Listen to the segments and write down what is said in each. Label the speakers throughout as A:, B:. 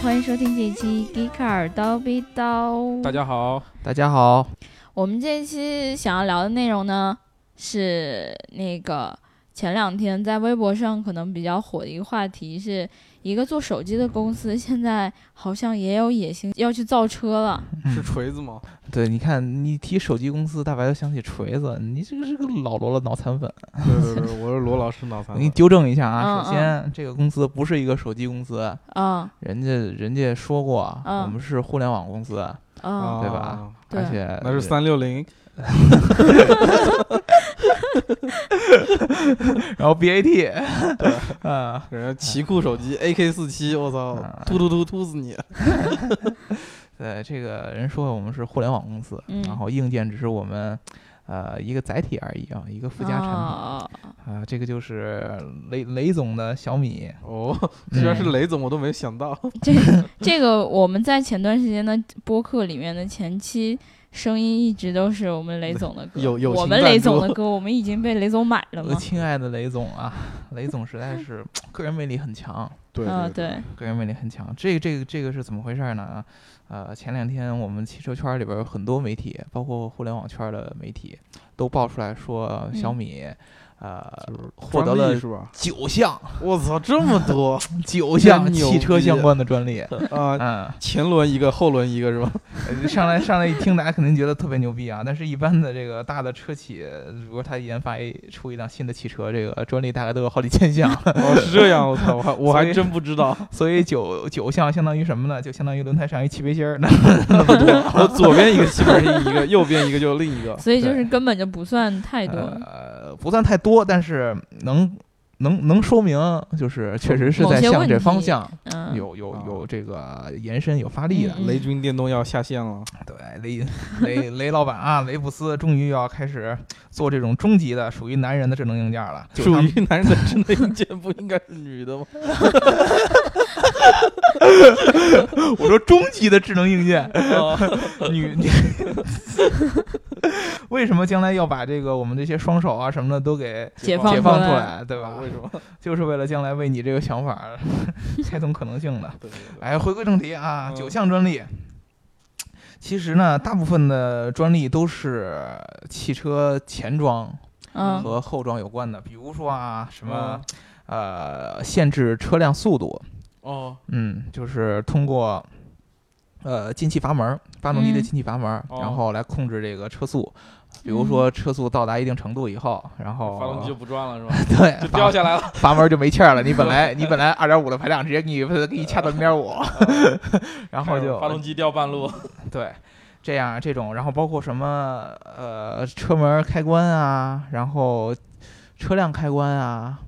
A: 欢迎收听这一期《g e e k a r 刀逼刀》。
B: 大家好，
C: 大家好，
A: 我们这一期想要聊的内容呢，是那个前两天在微博上可能比较火的一个话题，是一个做手机的公司现在好像也有野心要去造车了。
C: 嗯
B: 是锤 子吗？
C: 对，你看，你提手机公司，大白都想起锤子，你这个是个老罗了脑残粉。
B: 对对对，我是罗老师脑
C: 我
B: 残
C: 给你纠正一下啊，
A: 嗯
C: 首先这个公司不是一个手机公司，
A: 啊
C: 人家人家说过，
A: 嗯
C: 我们是互联网公司，
A: 啊，
C: 对吧？呃
A: 对
C: 而且
B: 那是三六零，
C: 然后 BAT，嗯，
B: 人家奇酷手机 AK 四七，我操
C: 嗯，
B: 突突突突死你！
C: 对，这个人说我们是互联网公司，
A: 嗯
C: 然后硬件只是我们呃一个载体而已啊，一个附加产品啊、
A: 啊
C: 这个就是雷雷总的小米，
B: 哦，居
C: 嗯
B: 然是雷总，我都没想到。
A: 这这个我们在前段时间的播客里面的前期声音一直都是我们雷总的歌，
B: 有友情
A: 我们雷总
B: 赞
A: 的歌，我们已经被雷总买了
C: 我
A: 吗？
C: 呃亲爱的雷总啊，雷总实在是个人魅力很强，
B: 对
A: 嗯，，对，
C: 个人魅力很强。这个、这个这个是怎么回事呢？呃，前两天我们汽车圈里边有很多媒体，包括互联网圈的媒体，都爆出来说小米、呃
B: 就是
C: 获得了
B: 专利是吧？
C: 九项
B: 我操，这么多
C: 九项
B: 真牛
C: 汽车
B: 逼
C: 相关的专利，
B: 啊！
C: 嗯。
B: 前轮一个，后轮一 个是吧？
C: 呃上来上来一听，大家肯定觉得特别牛逼啊！但是，一般的这个大的车企，如果他研发一出一辆新的汽车，这个专利大概都有好几千项，
B: 哦，是这样，我操，我还我
C: 所
B: 还
C: 以
B: 真不知道。
C: 所以九九项相当于什么呢？就相当于轮胎上一气背心 儿。那
B: 我左边一个基本上一个，右边一个就另一个。
A: 所以就
C: 对
A: 是根本就不算太多。
C: 呃，不算太多，但是能能能说明，就是确实是
A: 某
C: 在
A: 些
C: 向
A: 问
C: 这方
A: 题
C: 向
A: 嗯，
C: 有有
B: 啊
C: 有这个延伸有发力的。
A: 嗯
B: 雷军电动要下线了，
C: 对，雷雷雷老板啊，雷布斯终于要开始做这种终极的属于男人的智能硬件了，就
B: 属
C: 他们
B: 于男人的智能硬件不应该是女的吗？
C: 我说终极的智能硬件，
B: 哦
C: 女女。为什么将来要把这个我们这些双手啊什么的都给
A: 解
B: 放
C: 解
A: 出
C: 放
A: 来
C: 出来，对
B: 对吧
C: 吧？？
B: 哦为什么？
C: 就是为了将来为你这个想法儿 开通可能性的。
B: 对对对
C: 哎，回归正题啊，
B: 嗯
C: 九项专利。其实呢，大部分的专利都是汽车前装
A: 嗯
C: 和后装有关的，比如说啊，什么
B: 嗯
C: 呃，限制车辆速度，
B: 哦
C: 嗯，就是通过呃进气阀门儿，发动机的
A: 嗯
C: 进气阀门儿，
B: 哦嗯
C: 然后来控制这个车速。比如说车速到达一定程度以后，然后
B: 发动机就不转了是 吧？
C: 对
B: 就
C: 阀
B: 掉下来了。
C: 阀门就没气儿了。你本 来你本来二点五的排量，直接给你给你掐到零点五， 然后就
B: 嗯发动机掉半路，
C: 对，这样这种，然后包括什么呃车门开关啊，然后车辆开关啊，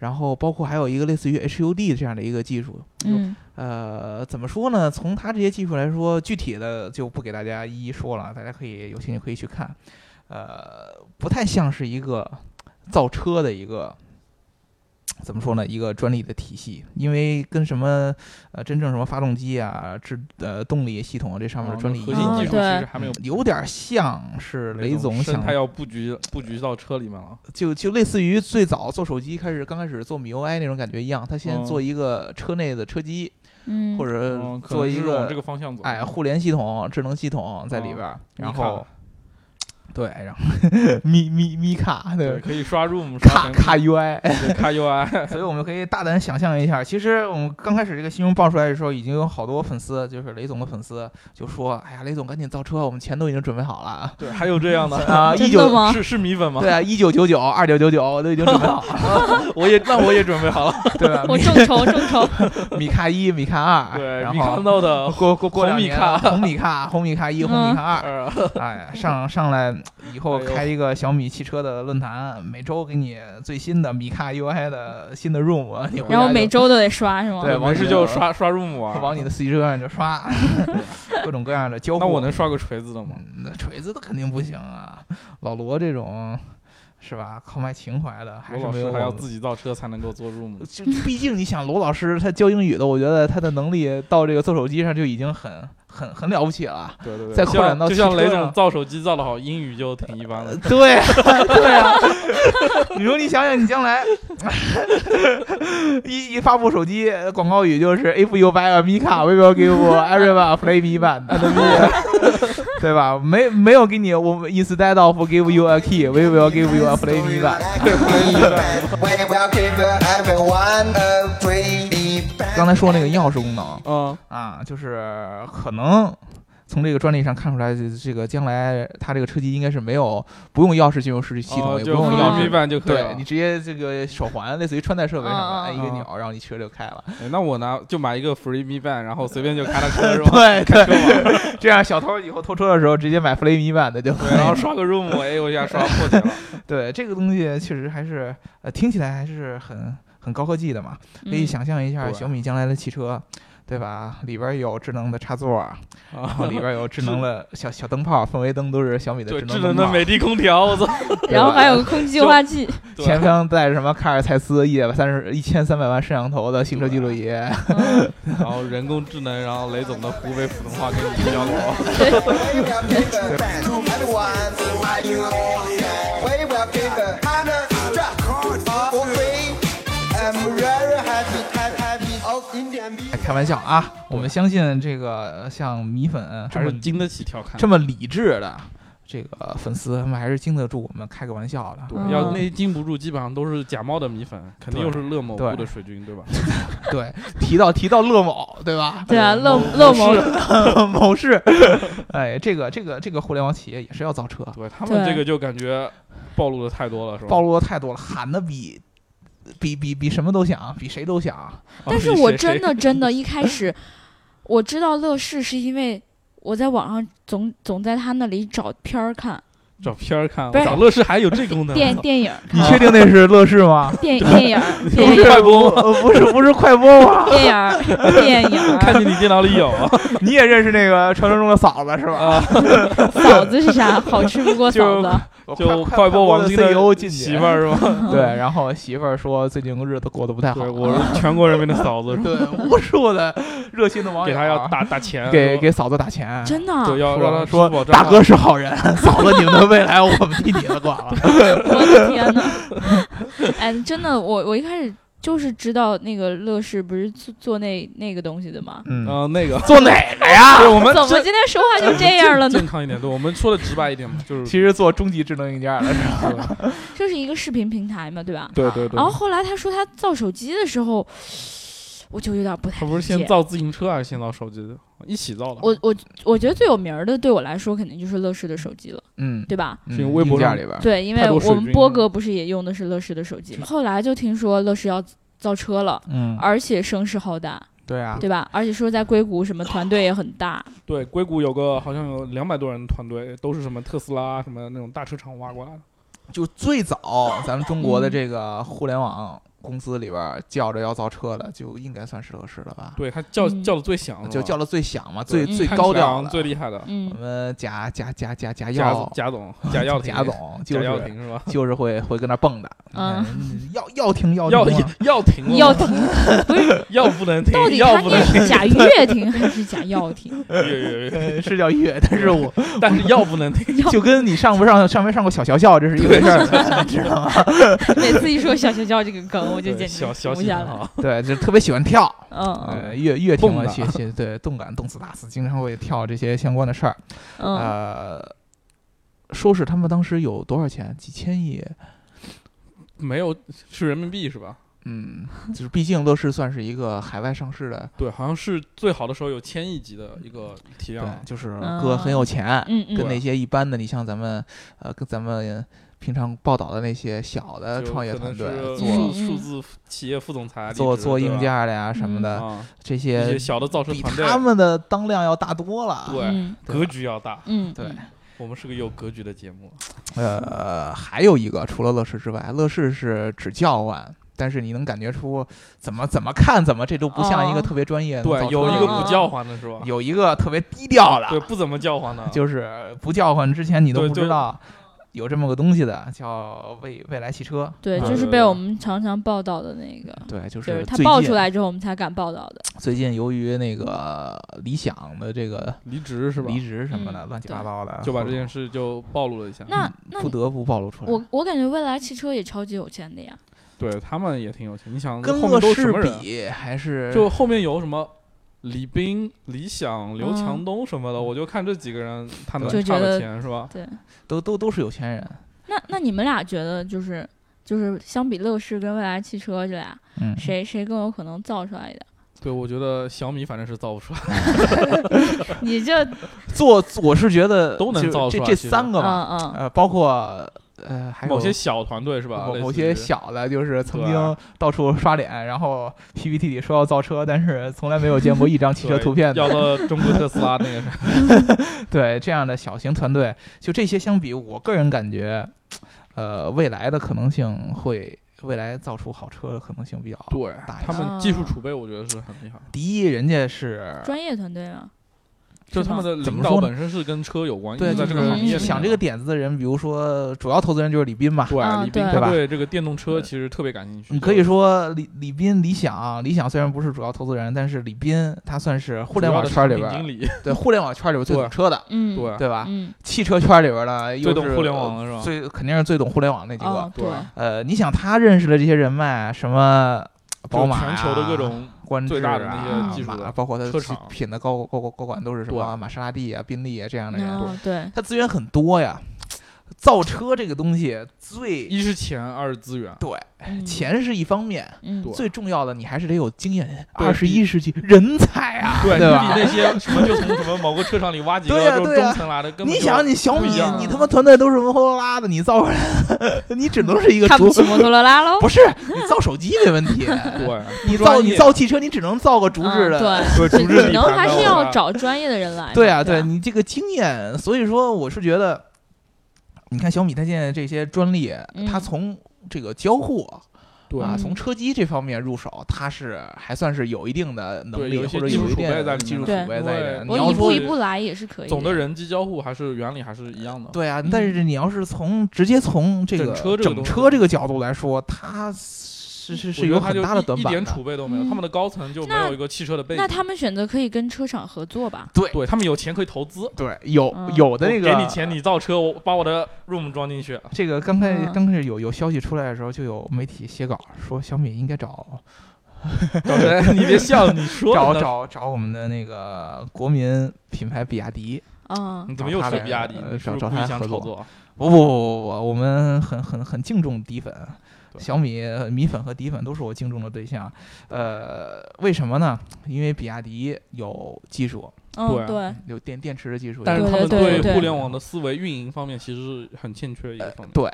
C: 然后包括还有一个类似于 HUD 这样的一个技术。
A: 嗯
C: 呃，怎么说呢？从它这些技术来说，具体的就不给大家一一说了，大家可以有兴趣可以去看。呃，不太像是一个造车的一个怎么说呢？一个专利的体系，因为跟什么呃真正什么发动机啊、制呃动力系统啊这上面的专利
B: 哦核
C: 一
B: 心
C: 样嗯
B: 技术其
A: 哦对
B: 实还没有。
C: 有点像是雷总
B: 生
C: 想
B: 态要布局布局到车里面了，
C: 就就类似于最早做手机开始刚开始做 MIUI 那种感觉一样，他先
B: 嗯
C: 做一个车内的车机，
A: 嗯，
C: 或者
B: 嗯，可
C: 呃做
B: 能
C: 一
B: 是
C: 个
B: 往这个方向走。
C: 哎，互联系统、智能系统在里边儿，然
B: 哦米卡
C: 后对，然后米米米卡
B: 对，
C: 对
B: 可以刷 room
C: 卡
B: 刷屏
C: 卡 UI，
B: 对卡 UI，
C: 所以我们可以大胆想象一下，其实我们刚开始这个新闻爆出来的时候，已经有好多粉丝，就是雷总的粉丝，就说：“哎呀，雷总赶紧造车，我们钱都已经准备好了
B: 对，还有这样的，
C: 啊！”一
A: 真的
C: 九
A: 吗？
B: 是是米粉吗
C: 对？啊，一九九九、二九九九，我都已经准备好了，
B: 我也那我也准备好 了，
C: 对吧？
A: 我哦众筹众筹，
C: 米米卡一、米卡二，
B: 对，
C: 哎然
B: 米卡
C: 后
B: Note
C: 过过过
B: 红
C: 两
B: 米
C: 年
B: 卡
C: 红米卡、红米卡一、红
A: 嗯
C: 米卡二，
B: 二，
C: 哎呀，上上来以后
B: 哎呦
C: 开一个小米汽车的论坛，每周给你最新的米卡 UI 的新的
B: 哎
C: room，你回家
A: 然后
C: 就
A: 每周都得刷是吗？
C: 对
B: 没
C: 往
B: 事
C: 你
B: 就
C: 的
B: 刷刷 room 啊。
C: 往你的四驱车上就刷 各种各样的交互。
B: 那我能刷个锤子的吗？
C: 嗯，那锤子的肯定不行啊，老罗这种。是吧？靠卖情怀的，还
B: 罗
C: 是
B: 老
C: 没
B: 师
C: 有
B: 还
C: 我
B: 要
C: 们。
B: 自己造车才能够做入目
C: 就毕竟你想，罗老师他教英语的，我觉得他的能力到这个做手机上就已经很很很了不起了。
B: 对对对，
C: 再
B: 就
C: 扩展
B: 像
C: 到
B: 就像
C: 汽
B: 雷
C: 车
B: 总
C: 上
B: 造手机造得好，英语就挺一 般了。
C: 对啊对啊， 你说你想想，你将来 一一发布手机呃广告语就是 "If you buy a Mica, we will give everyone a play me band"，对 吧？没没有给你，我们 instead of give you a key, we will give you a play me band。
D: We will give everyone a pretty
C: 刚才说那个钥匙功能，
B: 嗯，
C: 啊，就是可能从这个专利上看出来，这这个将来它这个车机应该是没有不用钥匙进入视系统，
B: 哦
C: 也不
B: 就
C: 用
A: 用
C: 钥
A: 钥
B: V
C: 匙。
A: 匙
B: 版就可以
C: 对
B: 了
C: 你。直接这个手环，类似于穿戴设备上的
A: 嗯嗯
C: 哎
A: 嗯
C: 一个
B: 啊嗯
C: 钮，然后你车就开了。
B: 哎那我拿就买一个 Free Me Band，然后随便就开 了 车是吧？
C: 对
B: 开车
C: 对，
B: 网，
C: 这样小偷以后偷车的时候直接买 Play 米版的就可
B: 对，然后
C: 以。
B: 刷个 Room，哎，我一下刷破解了。
C: 对，这个东西确实还是呃听起来还是很很高科技的嘛。可以
A: 嗯
C: 想象一下
B: 对
C: 小米将来的汽车，对吧？里边有智能的插座， 然
B: 啊
C: 后里边有智能的小小灯泡，氛围灯都是小米的
B: 对，智
C: 灯
B: 能的
C: 泡
B: 美的空调，我操！
C: 对
A: 然后
C: 吧
A: 还有个空气净化器，
B: 对
C: 前方带着什么卡尔蔡司一百三十一千三百万摄像头的行车记录仪，
A: 嗯
B: 然后人工智能，然后雷总的湖北普通话跟你教 我。
D: We will give to everyone I you We will give a hundred drop for free I'm very happy, happy, happy of Indian people
C: 哎开玩笑啊！我们相信这个呃像米粉
B: 这
C: 还
B: 么
C: 是
B: 经得起调侃，
C: 这么理智的这个粉丝，他们还是经得住我们开个玩笑的。
B: 对，要那经不住，基本上都是假冒的米粉，肯定又是乐某
C: 对
B: 布的水军，对吧？
C: 对，提到提到乐某，对吧？
A: 对啊，乐乐
C: 某
A: 某
B: 嗯
C: 某市，哎，这个这个这个互联网企业也是要造车，
B: 对他们
A: 对
B: 这个就感觉暴露的太多了，是吧？
C: 暴露的太多了，喊的比比比比什么都响，比谁都响。
A: 但是我真
B: 啊
A: 的真的，一开始我知道乐视是因为我在网上总总在他那里找片儿看，
B: 比谁找片儿看，
A: 不是
B: 找乐视还有这功能，啊
A: 电电影儿
C: 你
A: 看
C: 确定那是乐视 吗？
A: 电电影儿
B: 不
A: 电
B: 是
A: 影儿
B: 快播吗？
C: 呃，不是不是快播吗？
A: 电影儿电影
B: 看
A: 儿，
B: 见你电脑里有啊，
C: 你也认识那个传说中的嫂子是吧？
B: 啊
A: 嫂子是啥？好吃不过嫂
B: 就
A: 子。
B: 就
C: 快
B: 播王晶
C: CEO E 进去
B: 媳妇儿是吧？
C: 对，然后媳妇儿说最近日子过得不太好，
B: 对，我是全国人民的嫂子，是吧
C: 对无数的热心的网
B: 给
C: 友啊
B: 他要打打钱，
C: 给
B: 是吧
C: 给嫂子打钱，
A: 真的，
B: 对要让
C: 说
B: 他支付
C: 说
B: 宝账
C: 大
B: 号
C: 哥嗯是好人，嫂子你们的未来我们替你们管了。
A: 我的天呐！ 哎，真的，我我一开始就是知道那个乐视不是做做那那个东西的吗？
C: 嗯，
B: 嗯那个，
C: 做哪个呀？
B: 对，我们
A: 怎么
B: 这
A: 今天说话就这样了 呢
B: 健？康一点，对，我们说的直白一点嘛，就是
C: 其实做终极智能硬件的，
A: 这是一个视频平台嘛，对吧？
B: 对对对
A: 然后。后来他说他造手机的时候，我就有点不太
B: 他
A: 理解。
B: 不是先造自行车还是先造手机的？一起造的。
A: 我我我觉得最有名儿的，对我来说肯定就是乐视的手机了，
C: 嗯，
A: 对吧？
C: 嗯
B: 是微博
C: 硬件
B: 上
C: 里边儿，
A: 对，因
B: 太
A: 为
B: 多水
A: 我们
B: 军
A: 波
B: 了
A: 哥不是也用的是乐视的手机嘛。后来就听说乐视要造车了，
C: 嗯，
A: 而且声势浩大，
C: 对啊，
A: 对吧？而且说在硅谷什么团队也很大，
B: 对，硅谷有个好像有两百多人的团队，都是什么特斯拉什么那种大车厂挖过来的。
C: 就最早咱们中国的
A: 嗯
C: 这个互联网公司里边儿叫着要造车的，就应该算是乐视了吧？
B: 对他叫、
A: 嗯
B: 叫的最响，
C: 就叫的最响嘛，最
B: 对
A: 嗯
C: 最
B: 看
C: 高
B: 起来好
C: 调
B: 像
C: 的。
B: 最厉害的。
A: 嗯
C: 我，们贾贾贾贾贾
B: 贾
C: 耀
B: 贾总， 贾耀廷，
C: 贾总就
B: 贾耀
C: 是
B: 廷是吧？
C: 就是会会跟那儿蹦的，
A: 嗯
C: 嗯，要要停要
B: 要
C: 停啊
B: 要停了吗，
A: 耀廷不是
B: 要不能停
A: 到，底
B: 嗯要
A: 他
B: 不能
A: 念
B: 停
A: 是贾跃亭还是贾耀 廷？
B: 对，对 对
C: 呃是叫乐，但是 我
B: 但是要不能停。
C: 就跟你上不上上没上过小学校这是一回事儿，知道吗？
A: 每次一说小学 校这个梗，我就
B: 对
A: 简直
B: 小
A: 停
B: 小
A: 不
B: 喜
A: 下
B: 欢
A: 来。
B: 啊，
C: 对，就特别喜欢跳，
A: 嗯
C: 呃，乐乐听
B: 动
C: 了
B: 感
C: 些些对动感动次打次，经常会跳这些相关的事儿，
A: 嗯，
C: 呃。说是他们当时有多少钱？几千亿？
B: 没有是人民币是吧？
C: 嗯，就是毕竟乐视算是一个海外上市的，
B: 对，好像是最好的时候有千亿级的一个体
C: 对
B: 量，，
C: 就是
A: 嗯
C: 哥很有钱，
A: 嗯
C: 跟
A: 嗯，
C: 那些一般的，你像咱们呃，跟咱们平常报道的那些小的
B: 就
C: 呃创业
B: 可
C: 团
B: 能
C: 队
B: 是
A: 嗯
C: 做
B: 数数字企业副总裁，啊
C: 做
B: 离职
C: 做
B: 对吧
C: 硬件的呀什么
A: 嗯
C: 的，
B: 啊，
C: 这
B: 一
C: 些
B: 些小的造车
C: 比
B: 团队，
C: 他们的当量要大多了。
B: 对
A: 嗯
C: 对
B: 格
C: 吧
B: 局要大。
A: 嗯，
C: 对
A: 嗯，
B: 我们是个有格局的节目，
C: 呃，还有一个，除了乐视之外，乐视是只叫唤，但是你能感觉出怎么怎么看怎么这都不像一个
A: 哦
C: 特别专业的造
B: 对
C: 车的。，
B: 有一个
A: 嗯
B: 不叫唤的是吧？
C: 有一个特别低调的
B: 对，，不怎么叫唤的，
C: 就是不叫唤之前你都
B: 对
C: 不
B: 对
C: 知道。有这么个东西的，叫未未来汽车。
A: 对，
C: 啊
A: 就是
B: 对
A: 被
B: 对
A: 我们常常报道的那个，
C: 对，就
A: 就是是它
C: 最
A: 爆
C: 近
A: 出。来之后我们才敢报道的。
C: 最近由于那个理想的这个
B: 离职是吧？
C: 离职什么的，
A: 嗯
C: 乱七八
A: 对
C: 糟的，
B: 就把这件事就暴露了一下。
A: 那那
C: 不
A: 你
C: 得不暴露出来。
A: 我我感觉未来汽车也超级有钱的呀，
B: 对他们也挺有钱，你想
C: 跟
B: 后面
C: 乐
B: 都是什
C: 视
B: 么人啊？
C: 比还是
B: 就后面有什么李斌、李想、刘强
A: 嗯
B: 东什么的，我就看这几个人他能
A: 就觉
B: 差的
A: 得
B: 钱是吧？
A: 对。
C: 都都都是有钱人。
A: 那那你们俩觉得就是就是相比乐视跟未来汽车这俩，
C: 嗯，
A: 谁谁更有可能造出来一点？
B: 对，我觉得小米反正是造不出来。
A: 你这
C: 做我是觉得
B: 都能
C: 就
B: 造出
C: 这
B: 来
C: 这
B: 其实
C: 三个吧，
A: 嗯嗯
C: 呃，包括呃还有
B: 某些小团队是吧？
C: 某
B: 类
C: 某
B: 似
C: 些
B: 于
C: 小的，就是曾
B: 对啊
C: 经到处刷脸，然后 PPT 里说要造车，但是从来没有见过一张汽车
B: 对
C: 图片
B: 要
C: 的。
B: 到中国特斯拉那个是
C: 对这样的小型团队，就这些相比，我个人感觉，呃，未来的可能性会，未来造出好车的可能性比较
B: 对
C: 大一
B: 他
C: 些。
B: 们技术储备，我觉得是很厉害。
C: 第一，人家是
A: 专业团队啊，
B: 就是他
A: 吗
B: 们的
C: 怎么
B: 领
C: 说
B: 导
C: 呢
B: 本身是跟车有关，
C: 对
B: 因为在
C: 就
B: 这个行业
A: 是
B: 里
C: 想
B: 面
C: 这个
B: 嘛
C: 点子的人，比如说主要投资人就是李斌吧。
A: 啊
B: 对，李斌
A: 对
B: 他
C: 吧
B: 对这个电动车
C: 呃
B: 其实特别感兴趣。
C: 你可以说李李斌、李想，李想虽然不是主要投资人，但是李斌他算是互
B: 主
C: 联
B: 要
C: 网
B: 的
C: 圈里
B: 产品
C: 边
B: 经
C: 儿，
B: 理，
C: 对互联网圈里边最懂
B: 对
C: 车的，
A: 嗯，
B: 对，
C: 对吧？
A: 嗯，
C: 汽车圈里边的又
B: 最懂
C: 是
B: 互联网的是吧
C: 最肯定是最懂互联网那几个。
A: 哦对
B: 对，啊
C: 呃，你想他认识了这些人脉，什么宝马、啊
B: 就全球的各。种
C: 官制
B: 最大的那些
C: 啊
B: 技术
C: 马
B: 的
C: 包括他
B: 车
C: 去
B: 厂
C: 品的高高高高管都是什么
B: 对
C: 玛莎拉蒂啊、宾利啊这样的人，
A: 嗯对，
C: 他资源很多呀。造车这个东西最
B: 一是钱，二是资源。
C: 对
A: 嗯，
C: 钱是一方面，
A: 嗯
B: 对
C: 最重要的你还是得有经验。
B: 对
C: 二十一世纪人才啊，
B: 对，
C: 对
B: 你比
C: 吧？
B: 那些什么就从什么某个车厂里挖几
C: 对呀
B: 个就
C: 对
B: 是
C: 呀
B: 中层来的，根本
C: 你
B: 就
C: 想，你小米
A: 不一样，
B: 啊
C: 你他妈团队都是文呼啦啦的，你造出来，你只能是一个
A: 看
C: 主
A: 不起摩托罗拉喽？
C: 不是，你造手机没问题，
B: 对，啊
C: 你
B: 不
C: 造
B: 专
C: 你
B: 业
C: 造汽车，你只能造个竹
A: 嗯
C: 制的。
A: 对，
B: 对，主
A: 只
B: 治
A: 只
B: 力
A: 能
B: 盘
A: 还
B: 到
A: 是
B: 我
A: 要
B: 这儿
A: 找专业的人来嘛。
C: 对啊，
A: 啊，
C: 对你这个经验，所以说我是觉得，你看小米它现在这些专利，
A: 嗯
C: 它从这个交互
B: 对
C: 啊，
A: 嗯
C: 从车机这方面入手，它是还算是有一定的能
B: 对
C: 力
B: 有一些
C: 或者
B: 技术
C: 有一嗯
B: 储备
C: 定
B: 在
C: 的
B: 里面
C: 技术储
A: 对
C: 备在里面。
B: 对
C: 你
A: 我
C: 要
A: 一步
C: 说
B: 说
A: 一步来也是可以的。
B: 总的人机交互还是原理还是一样的。
C: 嗯对啊，
A: 嗯
C: 但是你要是从直接从这个
B: 整车这个
C: 整
B: 东西
C: 车这个角度来说，它是是
B: 我
C: 是
B: 觉
C: 有
B: 得他
C: 很
B: 就
C: 大的
B: 一
C: 短
B: 一
C: 板
B: 点
C: 的。
B: 储备都没有，
A: 嗯
B: 他们的高层就没
A: 那
B: 有一个汽车的背
A: 那
B: 景，
A: 他们选择可以跟车厂合作吧？
C: 对
B: 对他们有钱可以投资，
C: 对，有
A: 嗯
C: 有的那
B: 我
C: 个
B: 给你钱，你造车，我把我的 room 装进去，
C: 这个刚开
A: 嗯
C: 刚开始有有消息出来的时候，就有媒体写稿说小米应该找
B: 找谁？你别笑，你说
C: 找
B: 呢
C: 找找我们的那个国民品牌比亚迪。
A: 嗯
B: 你怎么又
C: 找他
B: 说
C: 来
B: 比亚迪？
C: 呃
B: 你是
C: 找
B: 不是
C: 找
B: 故
C: 他
B: 意想
C: 合
B: 炒
C: 作
B: 作啊？
C: 不不不不不，我们很很很敬重迪粉，啊
B: 对
C: 小米呃米粉和迪粉都是我敬重的对象。呃，为什么呢？因为比亚迪有技术，
A: 嗯，
B: 对
A: 对，
C: 有电电池的技术，
B: 但是
A: 对
B: 他们
A: 对对对
B: 互联网的思维运营方面其实是很欠缺一个方面。
C: 对，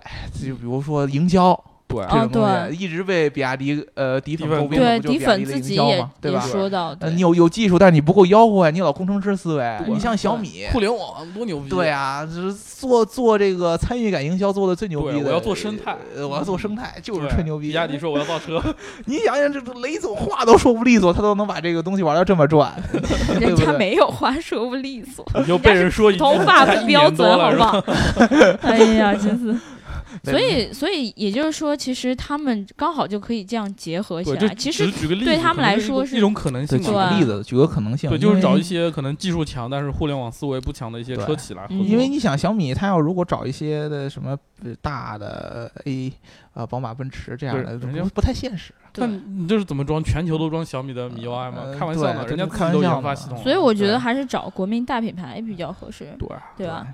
C: 就比如说营销
B: 对啊
C: 这种
A: 哦
C: 东西，一直被比亚迪呃迪粉
B: 迪粉
C: 诟病的
A: 对，
C: 不就是
A: 迪
C: 比亚
A: 粉
C: 迪的
A: 自己
C: 营销
A: 也
C: 嘛，对
A: 也
C: 吧？
A: 说到，
C: 呃，
A: 对
C: 你有有技术，但是你不够吆喝呀，你老工程师思维。
B: 对
C: 你像小米，
B: 互联网多牛逼！
C: 对啊，就是做做这个参与感营销做的最牛逼
B: 对，
C: 的。
B: 我要做生态，
C: 呃，我要做生态，就是
B: 对
C: 吹牛逼。
B: 比亚迪，说我要造车，
C: 你想想，这不雷总话都说不利索，他都能把这个东西玩到这么转，对
A: 人
C: 不
A: 家
C: 对？
A: 没有话说不利索，
B: 你就被人说一句
A: 头发
B: 才
A: 不
B: 一
A: 标
B: 年多
A: 准，好
B: 了，
A: 不
B: 是吧？
A: 好？哎呀，真是。
C: 对
A: 所以，所以也就是说，其实他们刚好就可以这样结合起
B: 对，这
A: 来。啊其实
B: 只，举个例子，
A: 对他们
B: 可能
A: 来
B: 是一
A: 说
B: 个
A: 是
B: 一种可能
C: 对，
B: 性
C: 举
A: 对啊
B: 嘛。
C: 个例子，举个可能性。
B: 对，就是
C: 因
B: 找
C: 为
B: 一。些可能技术强，但是互联网思维不强的一些
C: 对
B: 车企来合
A: 嗯
B: 作。
C: 因为你想，小米它要如果找一些的什么呃大的 A 呃宝马、奔驰这样的，
B: 对人家
C: 不不太现实。
A: 对
B: 但你这是怎么装？全球都装小米的 MIUI 吗？
C: 呃
B: 开玩笑呢，
C: 对
B: 人家
C: 这
B: 自
C: 开
B: 己
C: 玩
B: 都
C: 笑
B: 研发
C: 嘛
B: 系统了。
A: 所以我觉
C: 对
A: 得还是找国民大品牌比较合适，
B: 哦对，
A: 对啊吧？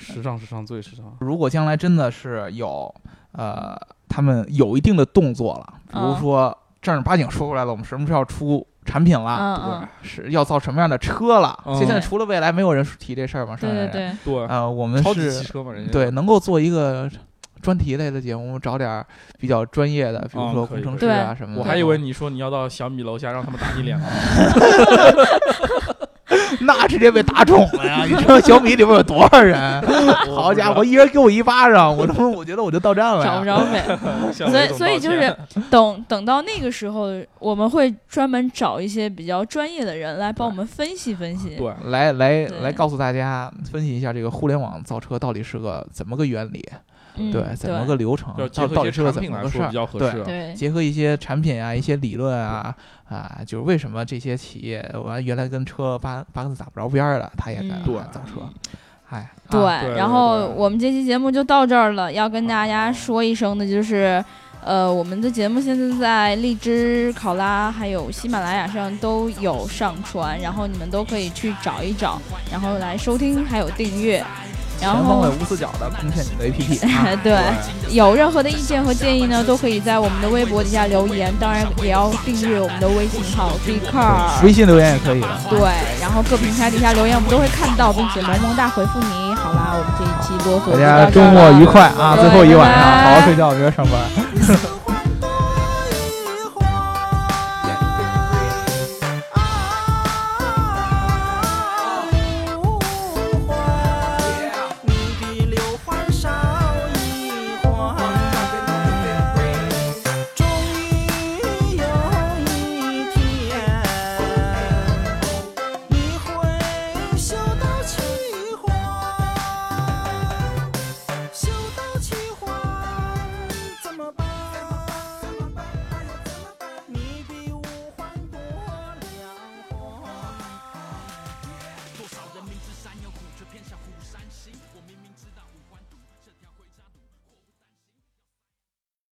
B: 时尚时尚最时尚。
C: 如果将来真的是有呃，他们有一定的动作了，比如
A: 嗯
C: 说正儿八经说出来了，我们什么时候要出产品了，
A: 嗯
B: 对
A: 嗯，
C: 是要造什么样的车了。
B: 嗯
C: 现在除了未来，没有人提这事儿嘛。上
A: 对
C: 来
A: 对
C: 人
A: 对，
B: 对，
C: 呃，我们
B: 超级汽
C: 是
B: 车嘛，人家
C: 对能够做一个专题类的节目，找点儿比较专业的，比如
B: 嗯
C: 说
B: 可
C: 工
B: 以
C: 程
B: 可
C: 师
A: 以
C: 啊
A: 对
C: 什么的。
B: 我还以为你说你要到小米楼下让他们打你脸呢。
C: 那直接被打肿了 呀！你知道小米里边有多少人？好家伙，一人给我一巴掌，我他妈我觉得我就到站了呀。
A: 找不着北。所
B: 向雷
A: 以，
B: 总
A: 所以
B: 道
A: 就
B: 歉
A: 是等等到那个时候，我们会专门找一些比较专业的人来帮我们分析分析。
B: 对，
C: 来来
A: 对
C: 来，告诉大家分析一下这个互联网造车到底是个怎么个原理，
A: 嗯
C: 对，怎么个流程
B: 要，结
C: 到到
B: 合
C: 底
B: 一
C: 是
B: 些
C: 个
B: 产
C: 怎
B: 品
C: 么
B: 来
C: 个事
B: 说
C: 儿
B: 比，较合
C: 对
B: 适。啊
A: 对
C: 结合一些产品啊、一些理论啊啊，就是为什么这些企业完原来跟车八八竿子打不着边儿了，他也敢
A: 嗯
B: 对
C: 造车，哎，
A: 对，
C: 啊
B: 对
A: 然
B: 对
A: 后
B: 对
A: 我们这期节目就到这儿了。要跟大家说一声的就是，呃，我们的节目现在在荔枝、考拉还有喜马拉雅上都有上传，然后你们都可以去找一找，然后来收听还有订阅。然
C: 全方
A: 后
C: 位无死角的贡献你的 APP 啊
A: 对，有任何的意见和建议呢，都可以在我们的微博底下留言，当然也要订阅我们的微信号 B Car。
C: 微信留言也可以啊。
A: 对，然后各平台底下留言我们都会看到，并且萌萌哒回复你。好 啦，我们这一期啰嗦
C: 大
A: 就
C: 家
A: 到这
C: 周
A: 儿了，
C: 末愉快啊！
A: 对
C: 最后一晚
A: 拜
C: 上，
A: 拜
C: 好好睡觉，明儿上班。